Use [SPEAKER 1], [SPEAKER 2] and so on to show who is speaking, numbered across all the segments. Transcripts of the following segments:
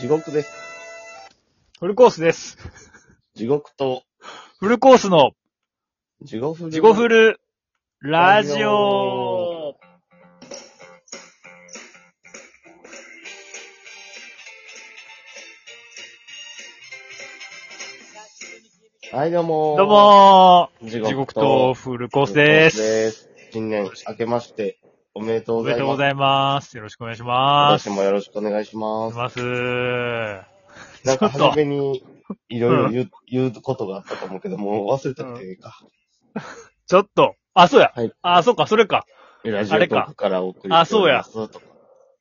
[SPEAKER 1] 地獄です。
[SPEAKER 2] フルコースです。
[SPEAKER 1] 地獄と、
[SPEAKER 2] フルコースの
[SPEAKER 1] 地獄フル。
[SPEAKER 2] ジゴフルラジオ
[SPEAKER 1] はい、どうもー
[SPEAKER 2] どうも
[SPEAKER 1] 地
[SPEAKER 2] ー地
[SPEAKER 1] 獄
[SPEAKER 2] 獄と
[SPEAKER 1] と、
[SPEAKER 2] フルコースです。
[SPEAKER 1] す。新年明けまして、おめでとう
[SPEAKER 2] お
[SPEAKER 1] ご
[SPEAKER 2] め
[SPEAKER 1] ざい
[SPEAKER 2] でとう
[SPEAKER 1] ま
[SPEAKER 2] ご
[SPEAKER 1] す。
[SPEAKER 2] ざいます。よろしくお願いし
[SPEAKER 1] 今
[SPEAKER 2] ます。
[SPEAKER 1] 年もよろしくお願いし
[SPEAKER 2] お
[SPEAKER 1] ま
[SPEAKER 2] 願いします。
[SPEAKER 1] す。なんか、
[SPEAKER 2] ちょっと
[SPEAKER 1] 初めに、いろいろ言う、言うことがあったと思うけど、もう忘れたっていうか。
[SPEAKER 2] ちょっと、あ、そうや。
[SPEAKER 1] はい
[SPEAKER 2] あ、そうか、それか。
[SPEAKER 1] ラジオトークからお送りしております。
[SPEAKER 2] あそうや。
[SPEAKER 1] とか。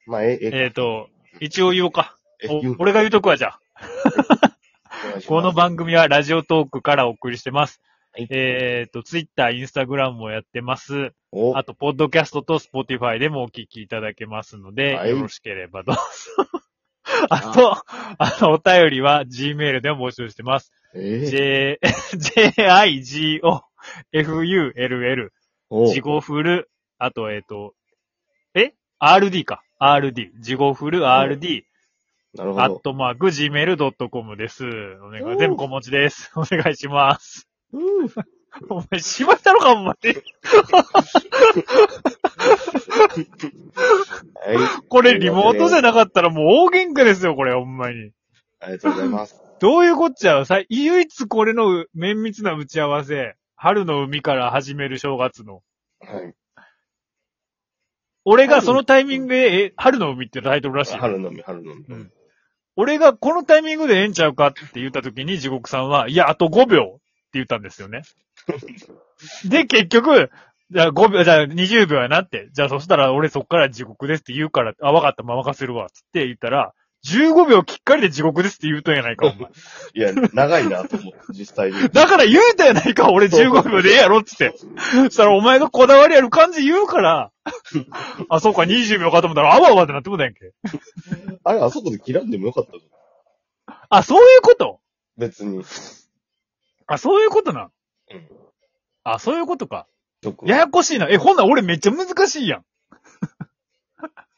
[SPEAKER 1] まあ、え、え、
[SPEAKER 2] えっ、と、一応言おうか。
[SPEAKER 1] え、
[SPEAKER 2] お
[SPEAKER 1] 言う
[SPEAKER 2] 俺が言うとくわ、じゃあ。
[SPEAKER 1] お願いします
[SPEAKER 2] この番組はラジオトークからお送りしてます。
[SPEAKER 1] はい
[SPEAKER 2] えっ、と、ツイッター、インスタグラムもやってます。
[SPEAKER 1] お
[SPEAKER 2] あと、ポッドキャストとスポティファイでもお聞きいただけますので、
[SPEAKER 1] はい
[SPEAKER 2] よろしければどうぞ。あと、あの、お便りは Gmail でも募集してます。
[SPEAKER 1] えー、
[SPEAKER 2] J、J-I-G-O、F-U-L-L、
[SPEAKER 1] お
[SPEAKER 2] ジゴフル、あと、えっ、と、え ?RD か。RD。ジゴフル RD、
[SPEAKER 1] なるほ
[SPEAKER 2] アッ
[SPEAKER 1] ど。
[SPEAKER 2] トマーク、gmail.com です。お願い、全部小文字です。 お願いします。
[SPEAKER 1] うん
[SPEAKER 2] お前、しまったのか、お前。
[SPEAKER 1] はい。
[SPEAKER 2] これ、リモートじゃなかったらもう大喧嘩ですよ、これ、ほんまに。
[SPEAKER 1] ありがとうございます。
[SPEAKER 2] どういうこっちゃさ、唯一これの綿密な打ち合わせ。春の海から始める正月の。
[SPEAKER 1] はい。
[SPEAKER 2] 俺がそのタイミングで、え、春の海ってタイトルらしい。
[SPEAKER 1] 春のみ、春のみ。
[SPEAKER 2] うん俺がこのタイミングでええんちゃうかって言った時に地獄さんは、いや、あと5秒って言ったんですよね。で、結局、じゃあ5秒、じゃあ20秒やなって。じゃあそしたら俺そっから地獄ですって言うから、あ、わかった、まあ任せるわ、つって言ったら、15秒きっかりで地獄ですって言うとんやないか、お前。
[SPEAKER 1] いや、長いなと思って、実際に。
[SPEAKER 2] だから言うたやないか、俺15秒でええやろっつって。そしたらお前がこだわりある感じ言う から、あ、そうか、20秒かと思ったら、あわあわってなってもたやんけ。
[SPEAKER 1] あれ、あそこで切らんでもよかったの
[SPEAKER 2] あ、そういうこと
[SPEAKER 1] 別に。
[SPEAKER 2] あ、そういうことなん
[SPEAKER 1] うん。
[SPEAKER 2] あ、そういうことか。
[SPEAKER 1] 特に
[SPEAKER 2] ややこしいな。え、ほんなら俺めっちゃ難しいやん。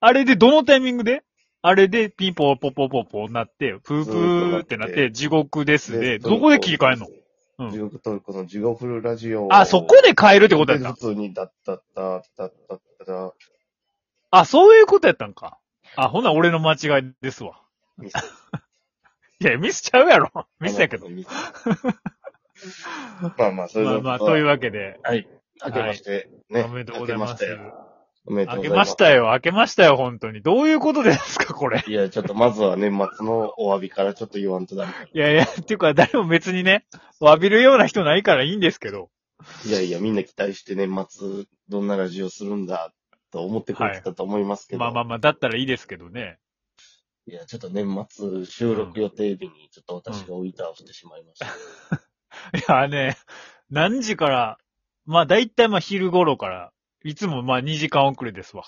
[SPEAKER 2] あれでどのタイミングであれでピーポーポーポーポーポーなって、プープーってなって、地獄ですで、どこで切り替えんのうん
[SPEAKER 1] 地獄トルコの地獄フルラジオ。
[SPEAKER 2] あ、そこで変えるってことやっ
[SPEAKER 1] で
[SPEAKER 2] たん
[SPEAKER 1] 普通に、だったったったったった、
[SPEAKER 2] あ、そういうことやったんか。あ、ほな、俺の間違いですわ
[SPEAKER 1] ミ。
[SPEAKER 2] いや、ミスちゃう やろ。ミスやけど。。
[SPEAKER 1] ミスまあまあ、それ
[SPEAKER 2] まあまあ、という
[SPEAKER 1] わ
[SPEAKER 2] わけで、
[SPEAKER 1] はい。明けまして、ね。
[SPEAKER 2] おめでとうございます。
[SPEAKER 1] 明けまして。おめでとうござ
[SPEAKER 2] 開け
[SPEAKER 1] いま。
[SPEAKER 2] ますしたよ、開けましたよ、本当に。どういうことですか、これ。
[SPEAKER 1] いや、ちょっとまずは年末のお詫びからちょっと言わんとダメ。
[SPEAKER 2] いやいや、っていうか、誰も別にね、詫びるような人ないからいいんですけど。
[SPEAKER 1] いやいや、みんな期待して年末、どんなラジオするんだ、と思ってくれてたと思いますけど。
[SPEAKER 2] まあまあまあ、だったらいいですけどね。
[SPEAKER 1] いや、ちょっと年末収録予定日に、ちょっと私が追い倒してしまいました。
[SPEAKER 2] いやね、何時から、まあ大体まあ昼頃から、いつもまあ2時間遅れですわ。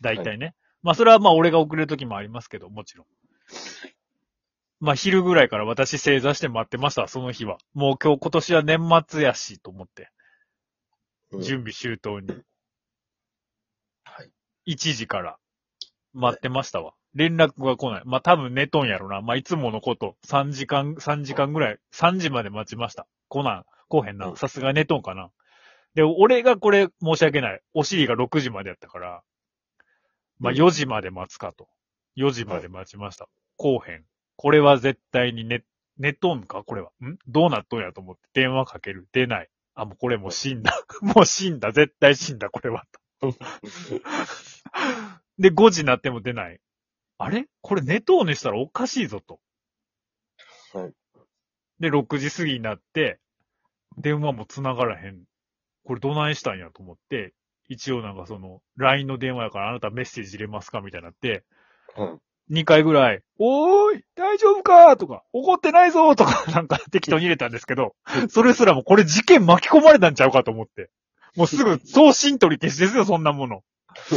[SPEAKER 2] 大体ね。まあそれはまあ俺が遅れる時もありますけど、もちろん。まあ昼ぐらいから私正座して待ってました、その日は。もう今日今年は年末やし、と思って。
[SPEAKER 1] うん
[SPEAKER 2] 準備周到に。
[SPEAKER 1] はい。
[SPEAKER 2] 1時から待ってましたわ。連絡が来ない。まあ多分寝とんやろな。まあいつものこと、3時間、3時間ぐらい、3時まで待ちました。来なん、来へん
[SPEAKER 1] う
[SPEAKER 2] な。
[SPEAKER 1] ん
[SPEAKER 2] さすが寝とんかな。で、俺がこれ申し訳ない。お尻が6時までやったから、まあ
[SPEAKER 1] うん
[SPEAKER 2] 4時まで待つかと。4時まで待ちました。来へん。これは絶対に寝、寝とんかこれは。んどうなっとんやと思って電話かける。出ない。あ、もうこれもう死んだ。 もう死んだ。絶対死んだ、これは。で、5時になっても出ない。あれこれ寝とうにしたらおかしいぞと。
[SPEAKER 1] はい
[SPEAKER 2] で、6時過ぎになって、電話も繋がらへん。これどないしたんやと思って、一応なんかその、LINE の電話やからあなたメッセージ入れますかみたいになって、
[SPEAKER 1] うん。
[SPEAKER 2] 2回ぐらい、おーい、大丈夫かとか、怒ってないぞとか、 なんか適当に入れたんですけど、それすらもこれ事件巻き込まれたんちゃうかと思って。もうすぐ送信取り消しですよ、そんなもの。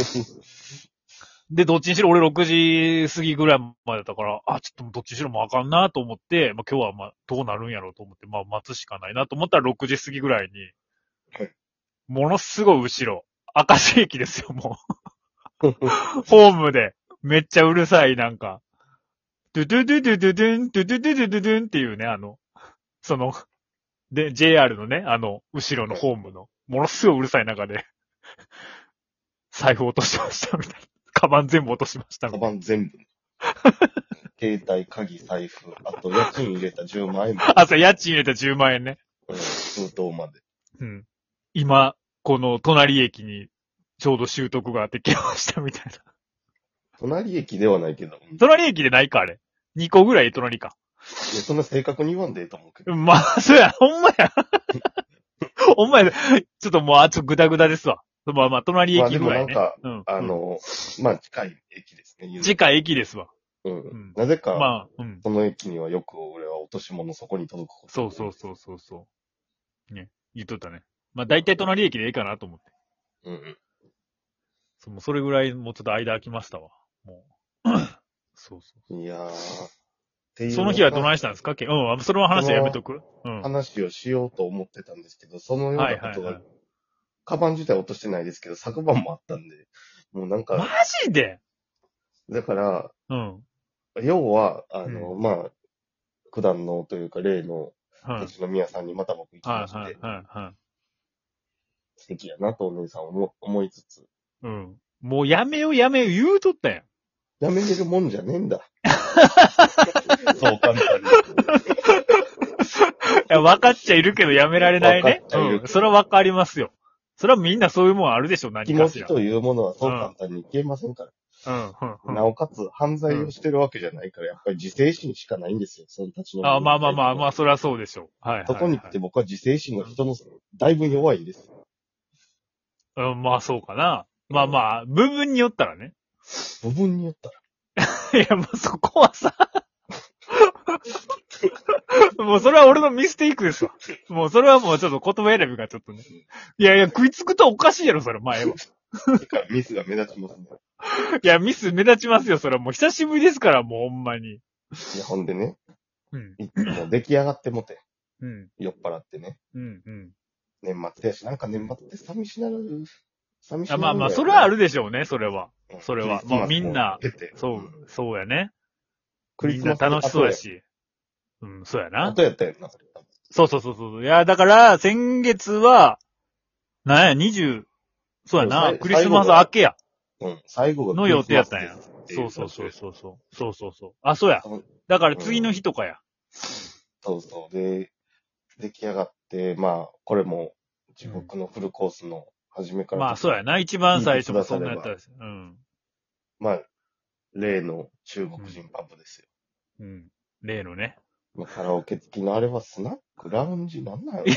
[SPEAKER 2] で、どっちにしろ俺6時過ぎぐらいまでだったから、あ、ちょっともうどっちにしろもうあかんなと思って、まあ今日はまあどうなるんやろうと思って、まあ待つしかないなと思ったら6時過ぎぐらいに
[SPEAKER 1] はい、
[SPEAKER 2] ものすごい後ろ、赤石駅ですよ、もう。ホームで、めっちゃうるさい、なんか、ドゥドゥドゥドゥドゥドゥン、ドゥドゥドゥドゥドゥドゥンっていうね、あの、その、で、JR のね、あの、後ろのホームの、ものすごいうるさい中で、財布落としましたみたいな。カバン全部落としましたみ
[SPEAKER 1] カ
[SPEAKER 2] たいな。
[SPEAKER 1] バン全部。携帯、鍵、財布、あと家賃入れた10万円も、
[SPEAKER 2] あ、そう、家賃入れた10万円ね。
[SPEAKER 1] うん封筒まで。
[SPEAKER 2] うん。今、この隣駅に、ちょうど習得ができましたみたいな。
[SPEAKER 1] 隣駅ではないけど、うんい
[SPEAKER 2] 隣駅でないか、あれ。2個ぐらい隣か。
[SPEAKER 1] やそんな正確に言わんでええと思うけど。
[SPEAKER 2] まあ、そうや、ほんまや。 ほんまや。ちょっともう、あ、ちょっとグダグダですわ。まあまあ、隣
[SPEAKER 1] まあ
[SPEAKER 2] 駅
[SPEAKER 1] で
[SPEAKER 2] ぐ
[SPEAKER 1] も
[SPEAKER 2] ら
[SPEAKER 1] ないん
[SPEAKER 2] ね。
[SPEAKER 1] か、
[SPEAKER 2] うん。
[SPEAKER 1] あの、まあ近い駅ですね。
[SPEAKER 2] うん、次回駅ですわ。
[SPEAKER 1] うん
[SPEAKER 2] ん
[SPEAKER 1] なぜか、
[SPEAKER 2] まあ、うん。
[SPEAKER 1] その駅にはよく俺は落とし物そこに届くこと。
[SPEAKER 2] そうそうそうそうそう。ね、言っとったね。まあ、大体隣駅でいいかなと思って。
[SPEAKER 1] うんうん。
[SPEAKER 2] そうもうそれぐらい、もうちょっと間空きましたわ。もう。 そうそ。
[SPEAKER 1] いやー。っていうう
[SPEAKER 2] その日はどないしたんですかけうん、その話はやめとく。うん。は
[SPEAKER 1] 話をしようと思ってたんですけど、そのよ
[SPEAKER 2] い
[SPEAKER 1] う
[SPEAKER 2] は
[SPEAKER 1] ないこと
[SPEAKER 2] は
[SPEAKER 1] が
[SPEAKER 2] い。、
[SPEAKER 1] カバン自体落としてないですけど、昨晩もあったんで、もうなん
[SPEAKER 2] マ
[SPEAKER 1] か、
[SPEAKER 2] ジで
[SPEAKER 1] だから、
[SPEAKER 2] うん。
[SPEAKER 1] 要は、あの、
[SPEAKER 2] う
[SPEAKER 1] まあ、九段のというか、例の、
[SPEAKER 2] はい。
[SPEAKER 1] 敵の宮さんにまた僕行きまして、
[SPEAKER 2] はいはいはいはい。
[SPEAKER 1] 素敵やなとお姉さん思思いつつ、
[SPEAKER 2] うん。もうやめようやめよう言うとったやん。
[SPEAKER 1] やめれるもんじゃねえん だ。そう簡単に。
[SPEAKER 2] いや、分かっちゃいるけどやめられない
[SPEAKER 1] 分
[SPEAKER 2] ね
[SPEAKER 1] か。っちゃいるけど
[SPEAKER 2] うん。それは分かりますよ。それはみんなそういうもんあるでしょ、
[SPEAKER 1] 気
[SPEAKER 2] 何
[SPEAKER 1] 持
[SPEAKER 2] かし
[SPEAKER 1] ち
[SPEAKER 2] ら。
[SPEAKER 1] というものはそう簡単に消えませんから。
[SPEAKER 2] うん、うん、うん。
[SPEAKER 1] なおかつ、犯罪をしてるわけじゃないから、やっぱり自制心しかないんですよ、そのたちの。
[SPEAKER 2] あまあまあまあまあ、それはそうでしょう。はいはい、
[SPEAKER 1] そこに来て僕は自制心が人の、だいぶ弱いです。
[SPEAKER 2] うん、まあそうかな。まあまあ、部分によった らね。
[SPEAKER 1] 部分によったら。
[SPEAKER 2] いや、もうそこはさ、 もうそれは俺のミステイクですわ。もうそれはもうちょっと言葉選びがちょっとね。いやいや、食いつくとおかしいやろ、それ、前は。
[SPEAKER 1] てかミスが目立ちますね。
[SPEAKER 2] いや、ミス目立ちますよ、それはもう久しぶりですから、もうほんまに。
[SPEAKER 1] いや、ほんでね、
[SPEAKER 2] うん、
[SPEAKER 1] いつも出来上がってもて、
[SPEAKER 2] うん、
[SPEAKER 1] 酔っ払ってね。
[SPEAKER 2] うん、うん。
[SPEAKER 1] 年末やし、なんか年末って寂しなる、寂しな
[SPEAKER 2] あ
[SPEAKER 1] る。
[SPEAKER 2] まあまあ、それはあるでしょうね、それは。
[SPEAKER 1] うん、
[SPEAKER 2] それは
[SPEAKER 1] クリスマス
[SPEAKER 2] まあみんな
[SPEAKER 1] も経て
[SPEAKER 2] そ
[SPEAKER 1] ん
[SPEAKER 2] う、そうやね。
[SPEAKER 1] ク
[SPEAKER 2] み
[SPEAKER 1] リ
[SPEAKER 2] ん
[SPEAKER 1] ス
[SPEAKER 2] な
[SPEAKER 1] マスの
[SPEAKER 2] 楽しそうやし。うん、そうやな。
[SPEAKER 1] 後やったやんな。
[SPEAKER 2] そうそうそうそう。いや、だから、先月は、なんや、二十、そうや
[SPEAKER 1] そ
[SPEAKER 2] な、
[SPEAKER 1] う
[SPEAKER 2] クリスマス明けや。
[SPEAKER 1] うん、最後が
[SPEAKER 2] の予定やったんや
[SPEAKER 1] クリスマスです
[SPEAKER 2] そうそうそうそう。そうそうそうそう。あ、そうや。
[SPEAKER 1] そう
[SPEAKER 2] だから次の日とかや。
[SPEAKER 1] そうそう。で、出来上がって、まあ、これも地獄のフルコースの初めから。
[SPEAKER 2] まあ、そうやな。一番最初もそんなやったです。うん。
[SPEAKER 1] まあ、例の中国人パブですよ。
[SPEAKER 2] うん。例のね。
[SPEAKER 1] まあカラオケ付きのあれはスナック、ラウンジなんなんやろ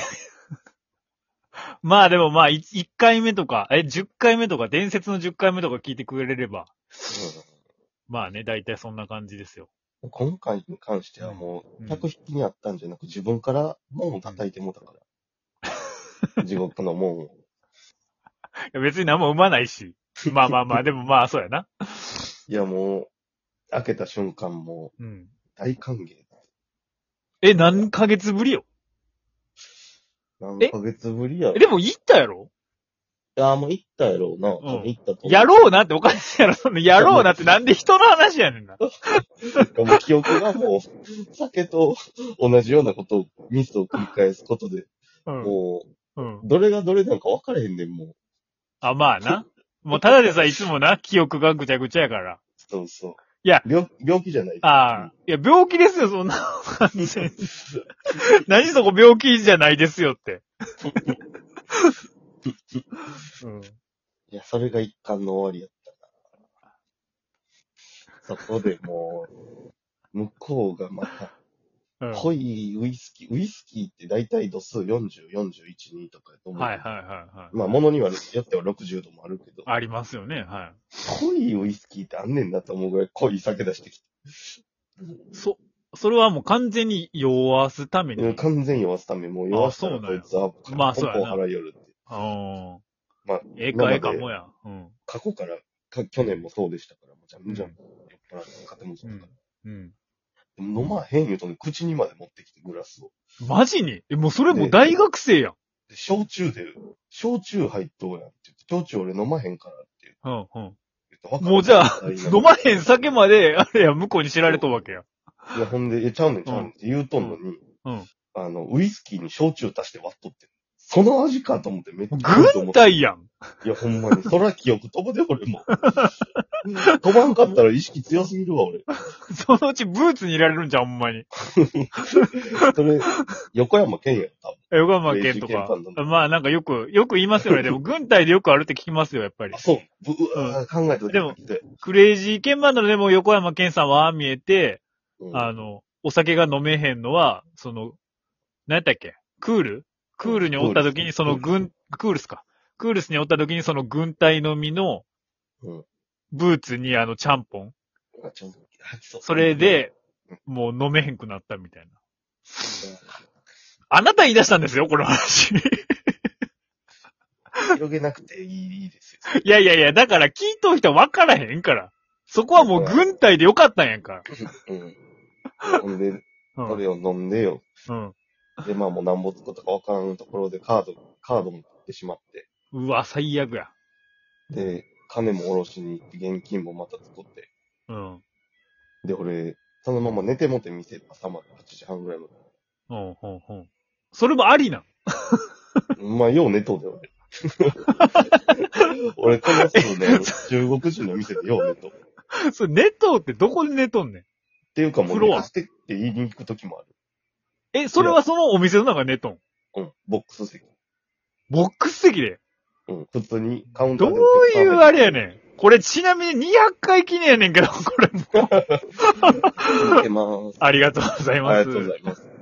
[SPEAKER 2] まあでもまあ、い一回目とか、え、十回目とか、伝説の十回目とか聞いてくれれば、まあね、大体そんな感じですよ。
[SPEAKER 1] うん今回に関してはも
[SPEAKER 2] う
[SPEAKER 1] う、
[SPEAKER 2] ん
[SPEAKER 1] 客引きにあったんじゃなく、自分から門を叩いてもうたから。地獄の門を。
[SPEAKER 2] いや別に何も生まない し。まあまあまあ、でもまあ、そうやな。
[SPEAKER 1] いやもう、開けた瞬間も
[SPEAKER 2] うん。
[SPEAKER 1] う大歓迎。
[SPEAKER 2] え、何ヶ月ぶりよ。
[SPEAKER 1] 何
[SPEAKER 2] え
[SPEAKER 1] ヶ月ぶりやろ。
[SPEAKER 2] えでも行ったやろ
[SPEAKER 1] いや、もう行ったやろうな。多分行ったと思う。
[SPEAKER 2] やろうなっておかしいやろ、その、やろうなってなんで人の話やねんな。
[SPEAKER 1] うもう記憶がもう、酒と同じようなことを、ミスを繰り返すことで、
[SPEAKER 2] うん。
[SPEAKER 1] もう、
[SPEAKER 2] うん。
[SPEAKER 1] どれがどれなんか分からへんねん、もう。
[SPEAKER 2] あ、まあな。もうただでさ、いつも な、記憶がぐちゃぐちゃやから。
[SPEAKER 1] そうそう。
[SPEAKER 2] いや
[SPEAKER 1] 病、病気じゃない。
[SPEAKER 2] ああ。いや、病気ですよ、そんな。完全に 何そこ病気じゃないですよって。 うん。
[SPEAKER 1] いや、それが一巻の終わりやったな。そこでもう、向こうがまた、
[SPEAKER 2] うん
[SPEAKER 1] 濃いウイスキー、ウイスキーって大体度数40、41、2とかやと思う。
[SPEAKER 2] はいはいはいはい。
[SPEAKER 1] まあ、物にはよっては60度もあるけど、
[SPEAKER 2] ありますよね、は
[SPEAKER 1] 濃いウイスキーってあんねんなと思うぐらい濃い酒出してきて。
[SPEAKER 2] い。そ、それはもう完全に酔わすために。
[SPEAKER 1] うん完全弱すため、もう弱した
[SPEAKER 2] あ
[SPEAKER 1] ら
[SPEAKER 2] そうな
[SPEAKER 1] こ
[SPEAKER 2] んや
[SPEAKER 1] いつは、
[SPEAKER 2] まあそうやな
[SPEAKER 1] ポンポン払いよるって。
[SPEAKER 2] うん。
[SPEAKER 1] まあ、
[SPEAKER 2] ええ
[SPEAKER 1] なので
[SPEAKER 2] か、ええかもや。うん。
[SPEAKER 1] 過去から、か去年もそうでしたから、もうじゃんじゃん、
[SPEAKER 2] うん
[SPEAKER 1] 酔っ払って買ってもそうだから。
[SPEAKER 2] うん。
[SPEAKER 1] でも飲まへん言うとね、口にまで持ってきて、グラスを。
[SPEAKER 2] マジにえ、もうそれもう大学生やん。
[SPEAKER 1] で、焼酎で、焼酎入っとうやんって言って、焼酎俺飲まへんからって
[SPEAKER 2] うん、うん。
[SPEAKER 1] 言っ
[SPEAKER 2] もうじゃあ、飲ま
[SPEAKER 1] へ
[SPEAKER 2] へん酒まで、あれや、向こうに知られとうわけや。
[SPEAKER 1] ん。いや、ほんで、え、ちゃうねん、ちゃうねんって言うとんのに、
[SPEAKER 2] うん
[SPEAKER 1] あの、ウイスキーに焼酎足して割っとって。その味かと思ってめっちゃ食うと思っ
[SPEAKER 2] 軍
[SPEAKER 1] て。
[SPEAKER 2] 隊やん。
[SPEAKER 1] いや、ほんまに。そら記憶飛ぶで、俺も。飛ばんかったら意識強すぎるわ、俺。
[SPEAKER 2] そのうちブーツにいられるんじゃん、ほんまに。
[SPEAKER 1] それ、横山県やった。
[SPEAKER 2] 横浜県とか
[SPEAKER 1] 明治県ファン。だ
[SPEAKER 2] まあなんかよく、よく言いますよね。でも軍隊でよくあるって聞きますよ、やっぱり
[SPEAKER 1] あ、。そう。ぶうわー考えた時に来て。
[SPEAKER 2] クレイジーケンバンドのでも横山健さんは見えて、
[SPEAKER 1] うん
[SPEAKER 2] あの、お酒が飲めへんのは、その、何やったっけクールクールにおった時に、その軍、クールスか。クールスにおった時に、その軍隊のみの
[SPEAKER 1] うん、
[SPEAKER 2] ブーツにあの、ちゃんぽん。
[SPEAKER 1] あちょっと吐きそう
[SPEAKER 2] それで、もう飲めへんくなったみたいな。あなた言い出したんですよ、この話。
[SPEAKER 1] 広げなくていいいいですよ。
[SPEAKER 2] いやいやいや、だから聞いといたら分からへんから。そこはもう軍隊でよかったんやんか
[SPEAKER 1] うん。ほんで、
[SPEAKER 2] ら。う
[SPEAKER 1] そ
[SPEAKER 2] ん。
[SPEAKER 1] れを飲んでよ。
[SPEAKER 2] うん。
[SPEAKER 1] で、まあもうなんぼつことかわからんところでカード、カードも買ってしまって。
[SPEAKER 2] うわ、最悪や。
[SPEAKER 1] で、金も下ろしに行って、現金もまた作って。
[SPEAKER 2] うん。
[SPEAKER 1] で、俺、そのまま寝てもて店、朝まで8時半ぐらいま
[SPEAKER 2] うん、うん、うん。それもありなん。
[SPEAKER 1] で。まあ、よう寝とうで、 俺。俺、この数年、中国人の店でよう寝とう。っ
[SPEAKER 2] それ、寝とうってどこで寝とんねん。
[SPEAKER 1] ていうかもう、
[SPEAKER 2] フロア
[SPEAKER 1] 寝かしてって言いに行く時もある。
[SPEAKER 2] え、それはそのお店の中で寝とん。
[SPEAKER 1] うん、ボックス席。
[SPEAKER 2] ボックス席で。
[SPEAKER 1] うん、普通にカウンタ
[SPEAKER 2] ど
[SPEAKER 1] ー
[SPEAKER 2] う
[SPEAKER 1] でお客さん入
[SPEAKER 2] い
[SPEAKER 1] って。
[SPEAKER 2] うあれやねん。これちなみに200回記念やねんけど、これも。
[SPEAKER 1] 行けます。
[SPEAKER 2] ありがとうござい
[SPEAKER 1] あ
[SPEAKER 2] ま
[SPEAKER 1] りがとうございます。